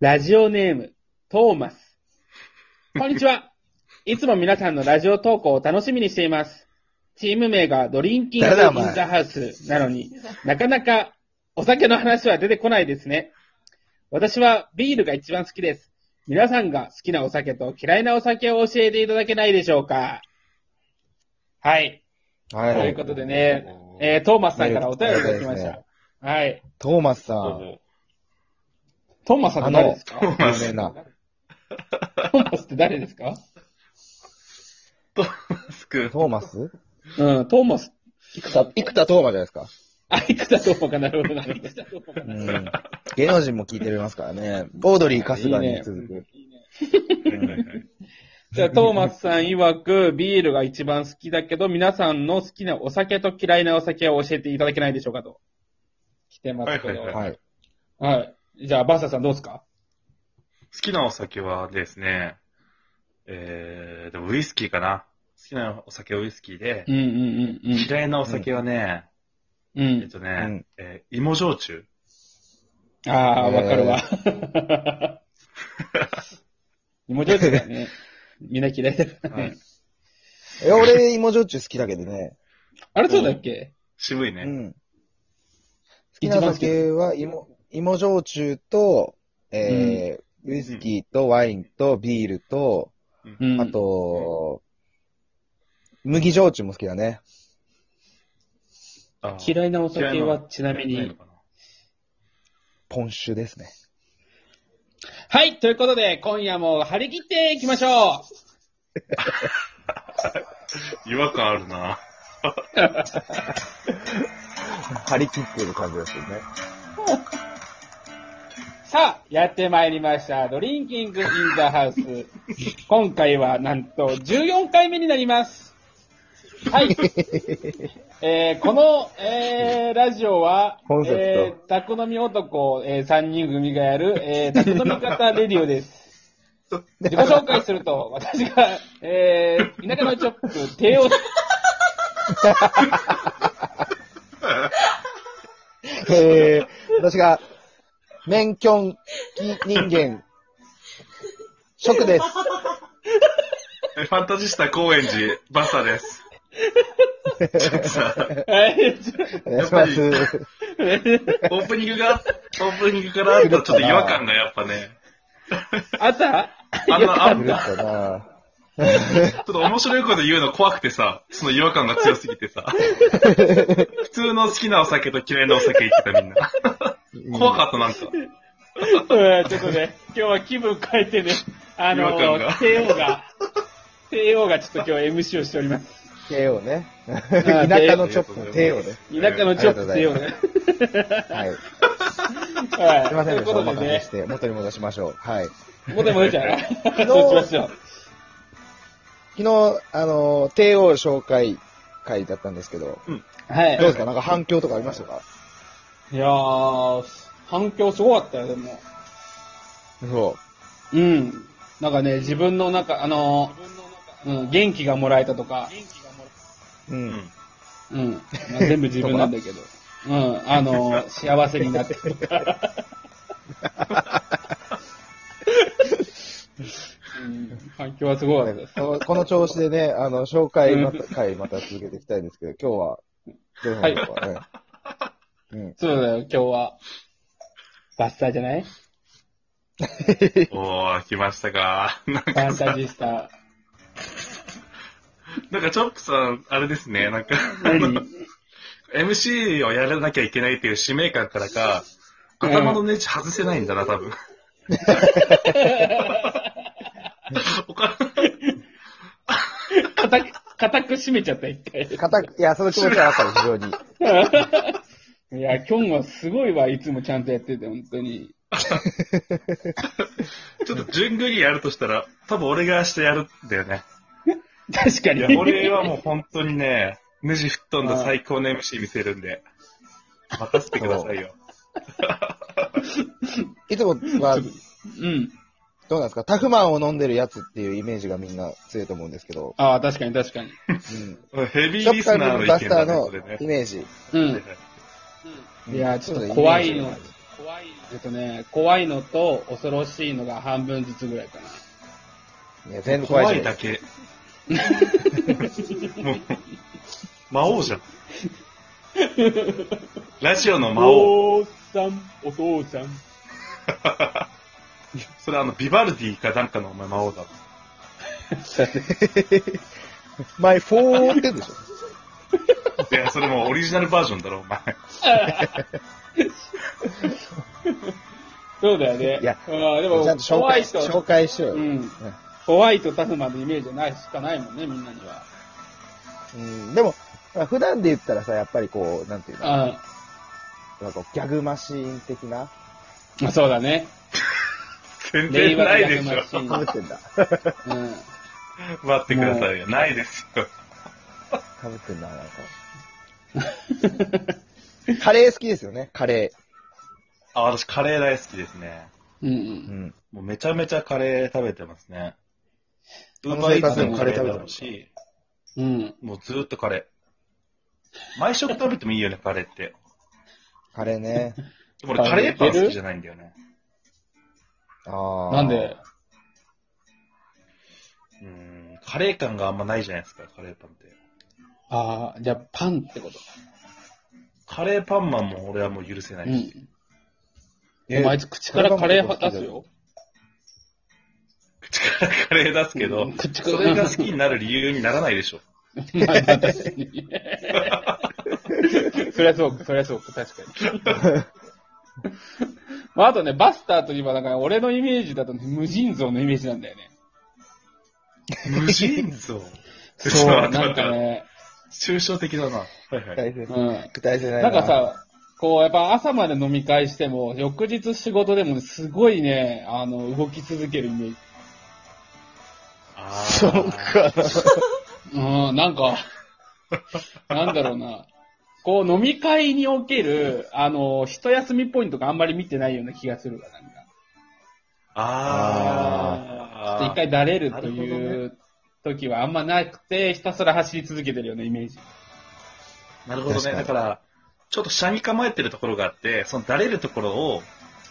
ラジオネーム、トーマス。こんにち は。いつも皆さんのラジオ投稿を楽しみにしています。チーム名がドリンキングイン誰だお前ザハウスなのに、なかなかお酒の話は出てこないですね。私はビールが一番好きです。皆さんが好きなお酒と嫌いなお酒を教えていただけないでしょうかはい。はということでね、えートーマスさんからお便りいただきましありがたいた。はい。トーマスさ、どうんも トーマスさんって誰ですかトー有名マス。な。トーマスって誰ですかトーマスくん。トーマスうん、トーマス。生田、生田トーマじゃないですか。あ、いくだトーマかなるほどなるほど。うん。芸能人も聞いてますからね。オードリー、春日に続く。はいはいはいじゃあ、トーマスさん曰く、ビールが一番好きだけど、皆さんの好きなお酒と嫌いなお酒を教えていただけないでしょうかと。来てますけど。はいははいいはい。じゃあ、バッサさんどうですか好きなお酒はですね、えー、でもウイスキーかな。好きなお酒はウイスキーで、んうんう嫌いなお酒はね、うえっん。とうね、ん。えー芋焼酎。ああ、えーわかるわ。 芋焼酎だね。みんな嫌いだよねはい、え、俺、芋焼酎好きだけどね。あれそうだっけ渋いうね。ん。好きな酒は、芋、芋焼酎と、えー、ウイスキーとワインとビールと、うん。あと、麦焼酎も好きだね。あー嫌いなお酒はちなみ嫌いにの。かなポン酒ですね。はい、ということで、今夜も張り切っていきましょう違和感あるな。 張り切ってる感じですよね。さあ、やってまいりました。ドリンキングインザハウス。今回はなんと14回目になります。はい。えーこの、えーラジオは、コンセプトえー、宅飲み男、え3人組がやる、えー、宅飲み型レディオです。自己紹介すると、私が、えー、田舎のチョップ、帝 王、えー、 私が、免許人間、食です。えファンタジスタ高円寺、バ サです。えーお願いします。オープニングが、オープニングからあるとちょっと違和感がやっぱね、あったあんな、あいんるな、かなちょっと面白いこと言うの怖くてさ、その違和感が強すぎてさ。普通の好きなお酒と嫌いなお酒言ってたみんな。怖かったなんか。うんちょっとね、今日は気分変えてね、あ違の和感が、帝王が、帝王がちょっと今日 MC をしております。帝王ね。 田舎のチョップの帝王ね。田舎のチョップ帝王ね。 はい。すはいいませんというでしこた。おとで待たせねし、て、元に戻しましょう。はい。もてもてちゃう。 日そうしましょう。昨日、あの、帝王紹介会だったんですけはど、どうですい。かなんか反響とかありましたかいやー、反響すごかったよ、でも。そうん。なんかね、自分の中、あのー、うん、元気がもらえたとか、う。う。うんん。うん。まあ全部自分なんだけど。うん。あのー、幸せになってくるから。うん反響はすごかったです。この調子でね、あの、紹介また会また続けていきたいんですけど、今日は、どういうのかね。うん。そうだよ、今日は。バッサーじゃないおー、来ましたか。なんフかァンタジスタ。なんかチョップさん、あれですね、なんか、何 MC をやらなきゃいけないっていう使命感からか、頭のネジ外せないんだ な、多分。おか固く、固く締めちゃった、一回。固く、いや、その気持ちはあったよ、非常に。いや、今日はすごいわ、いつもちゃんとやってて、本当に。ちょっと順繰りやるとしたら、多分俺が明日やるんだよね。確かいにや。、俺はもう本当にね、ネジ吹っ飛んだ最高の MC 見せるんで、任せてくださいよ。いつもは、うん。どうなんですかタフマンを飲んでるやつっていうイメージがみんな強いと思うんですけど、ああ、確かに確かに。うん。シヘビョーッリカスーナーののバ意ス見ターだね、そのれねイ。メージ。うはいん。はいいや、ちょっと怖いの。イメージがある怖いの。えっとね、怖いのと恐ろしいのが半分ずつぐらいかな。いや、全部怖怖いいじゃだん。け。もう、魔王じゃん。ラジオの魔王。お父さん、お父さ ん。それあの、ビバルディかなんかのお前魔王だ。マイフォーってでしょ。いや、それもうオリジナルバージョンだろ、お前。そうだよね。いやあーでもちゃんと紹怖い介と、紹介しよううよ。ん。怖いとタフマのイメージないしかないもんね、みんなには。うん、でも、まあ普段で言ったらさ、やっぱりこう、なんていうの、あなんかギャグマシーン的な、あ、そうだね。全然ないでし令和のょ。逆かぶマってんだ。シン。うん。待ってくださいよ。ないですよ。かぶってん だ、なんか。カレー好きですよね、カレあ、私カレー大好きですね。うんう。ー。うんん。もうめちゃめちゃカレー食べてますね。ウこーのバーイ生ーツ活ででももカカレレーー食べて食べてるるし、うん。もうずーっとカレー。毎食食べてもいいよね、カレーって。カレーね。でも俺カレーパン好きじゃないんだよね。ああ。なんでうん、カレー感があんまないじゃないですか、カレーパンって。ああ、じゃあパンってこと。カレーパンマンも俺はもう許せなういし、ん。えお前口からカレー出すよ。口からカレー出すけど、口からそれが好きになる理由にならないでしょ。まあまあ確かに。 そりゃそうか、そりゃそうか、確かに。 まああとね、バスターといえば、だから俺のイメージだとね、無尽蔵のイメージなんだよね。無尽 蔵。そう、なんなんかね、抽象的だな。はいはい。大事う。なん具体性ないなんか、さ、こう、やっぱ朝まで飲み会しても、翌日仕事でもねすごいね、あの、動き続けるイメージ。あーそうか。うん、なんか、なんだろうな。こう、飲み会における、あの、一休みポイントがあんまり見てないような気がするわ、なんか。ちょあっー。と一回だれるとなるほいう時はあんまなくて、ひたすら走り続けてるようなイメージ。なるほど確ね。かだにから、ちょっと車に構えてるところがあって、そのだれるところを、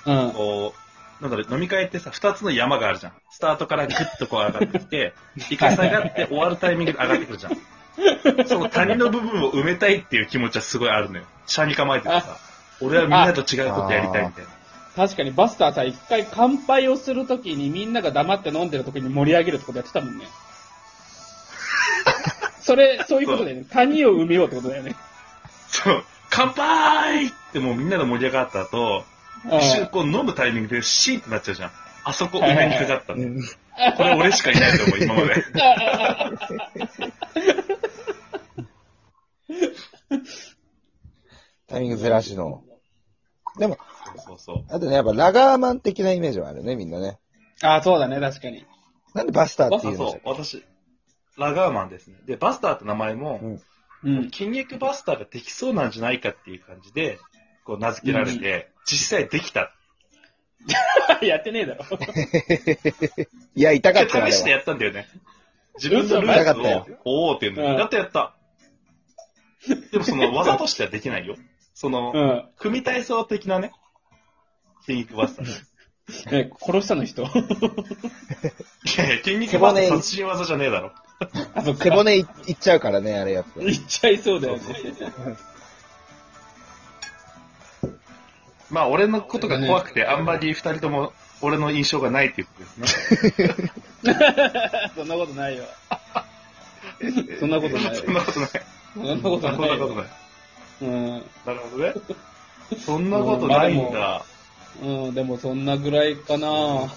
うん。こう、なんだろう、飲み会ってさ、二つの山があるじゃん。スタートからぐっとこう上がってきて、 一回下がって終わるタイミングで上がってくるじゃん。その谷の部分を埋めたいっていう気持ちはすごいあるのよ。車に構えててさ、俺はみんなと違うことやりたいみたいな。確かにバスターさ、一回乾杯をするときにみんなが黙って飲んでるときに盛り上げるってことやってたもん ね。それ、そういうことだよね。谷を埋めようってことだよね。そう、乾杯ってもうみんなで盛り上がった後、うん一瞬こう飲むタイミングでシーンってなっちゃうじゃん。あそこ埋めにかかったの。うんこれ俺しかいないと思う、今 まで。タイミングずらしの。でも、そうそう。あとね、やっぱラガーマン的なイメージはあるね、みんなね。ああ、そうだね、確かに。なんでバスターバっスてタいーうんでしそたうっ、け私、ラガーマンですね。で、バスターって名前も、うん。筋肉バスターができそうなんじゃないかっていう感じで、こう名付けられて、実際できた。 やってねえだろ。いや、痛かでったなあ試れしては。やったんだよね。自分のルー嘘やばかったルを、おおーっていうのうんにやったやった。でもその技としてはできないよ。その、うん。組体操的なね、筋肉バスター。ね、殺したの 人。いやいや、筋肉バスター殺人技じゃねえだろ。あ、そう背 骨いいっちゃうからね、あれ やっぱ。いっちゃいそうだよね。まあ、俺のことが怖くて、あんまり二人とも俺の印象がないっていうことですね。 そんなことないよ。 そんなことないそんなことない。そんなことそんなないことなよ。うい。ん。なるほどね。そんなことないんだ。うん、でもそんなぐらいかな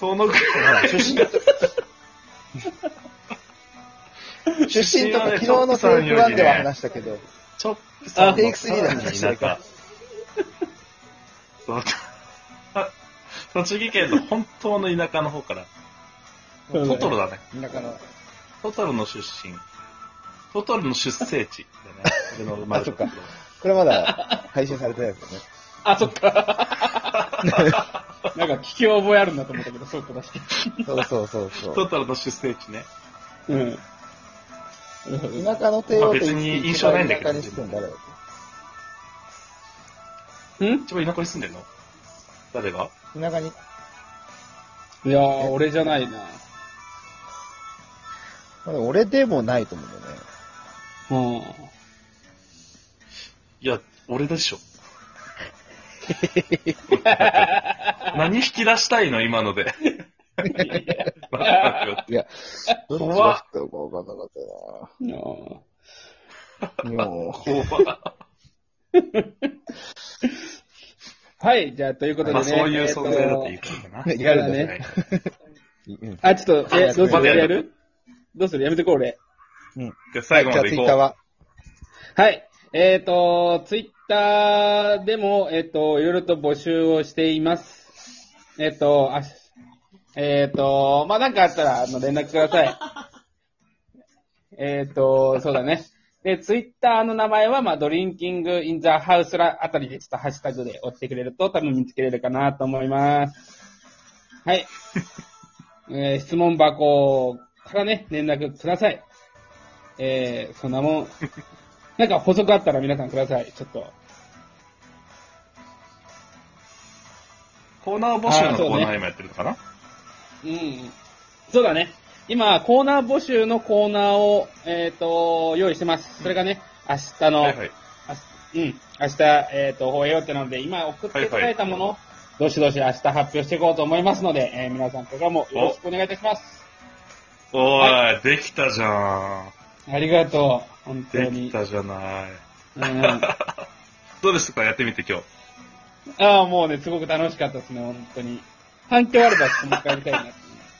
そのぐらい。出身出身とか、昨日のテイクワンでは話したけど、チョップさんよりね。あテイクスリーの話だからそう栃木県の本当の田舎の方から。そうだねトトロだね。田舎の、トトロの出身。トトロの出生地だね。俺の生まれたとこあそこれまだ 配信されてないですよね。あ、そっ か。なんか聞き覚えあるんだと思ったけど、そうか、確かそうそうそうそろう。トトロの出生地ね。に。うん。なるほど田舎の帝王ってまあ別に印象ないんだけど田舎に住んだらん一番田舎に住んでんの誰が田舎に、いやー、俺じゃないな。まあ、俺でもないと思うんだよね。うん。いや、俺でしょ。何引き出したいの今ので。いや、どっちが知ったのか分かんなかっいやーたな。 も怖はい、じゃあ、ということでまね。あそういう存在だってえいいーとからう、な。ややだるねね。うんうんあ、ちょっと、え、あどうするやるやるどうするやめてこう、俺。じゃあ最後じゃまあ、でツイ行ッこターう。は。はい。えっ、と、ツイッターでも、えっ、と、いろいろと募集をしています。えっ、と、あ、えっ、と、まあ、なんかあったら、あの、連絡ください。えっと、そうだね。で、ツイッターの名前は、まあ、ドリンキングインザハウスらあたりで、ちょっとハッシュタグで追ってくれると、多分見つけれるかなと思います。はい。 えー質問箱からね、連絡ください。えー、そんなもん。なんか補足あったら皆さんください。ちょっと。コーナー募集のコーナー今やってるのかなうん。そうだね。今、コーナー募集のコーナーを、えっ、と、用意してます。それがね、明日の、はいはい。あうん、明日、えっ、と、放映予定なので、今送っていただいたものを、はどしどし明日発表していこうと思いますので、えー皆さんこれからもよろしくお願いいたします。おーい、できたじゃありがとう。本ん。当でにき。たじゃない。うん、あどうでしたかやってみて今日。あ、もうね、すごく楽しかったですね、本当に。反響あれば、ちょっともう一回やりたいなっていう。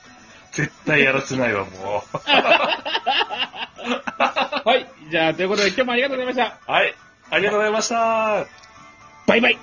絶対やらせないわ、もう。はい。じゃあ、ということで、今日もありがとうございました。はい、ありがとうございました。バイバイ。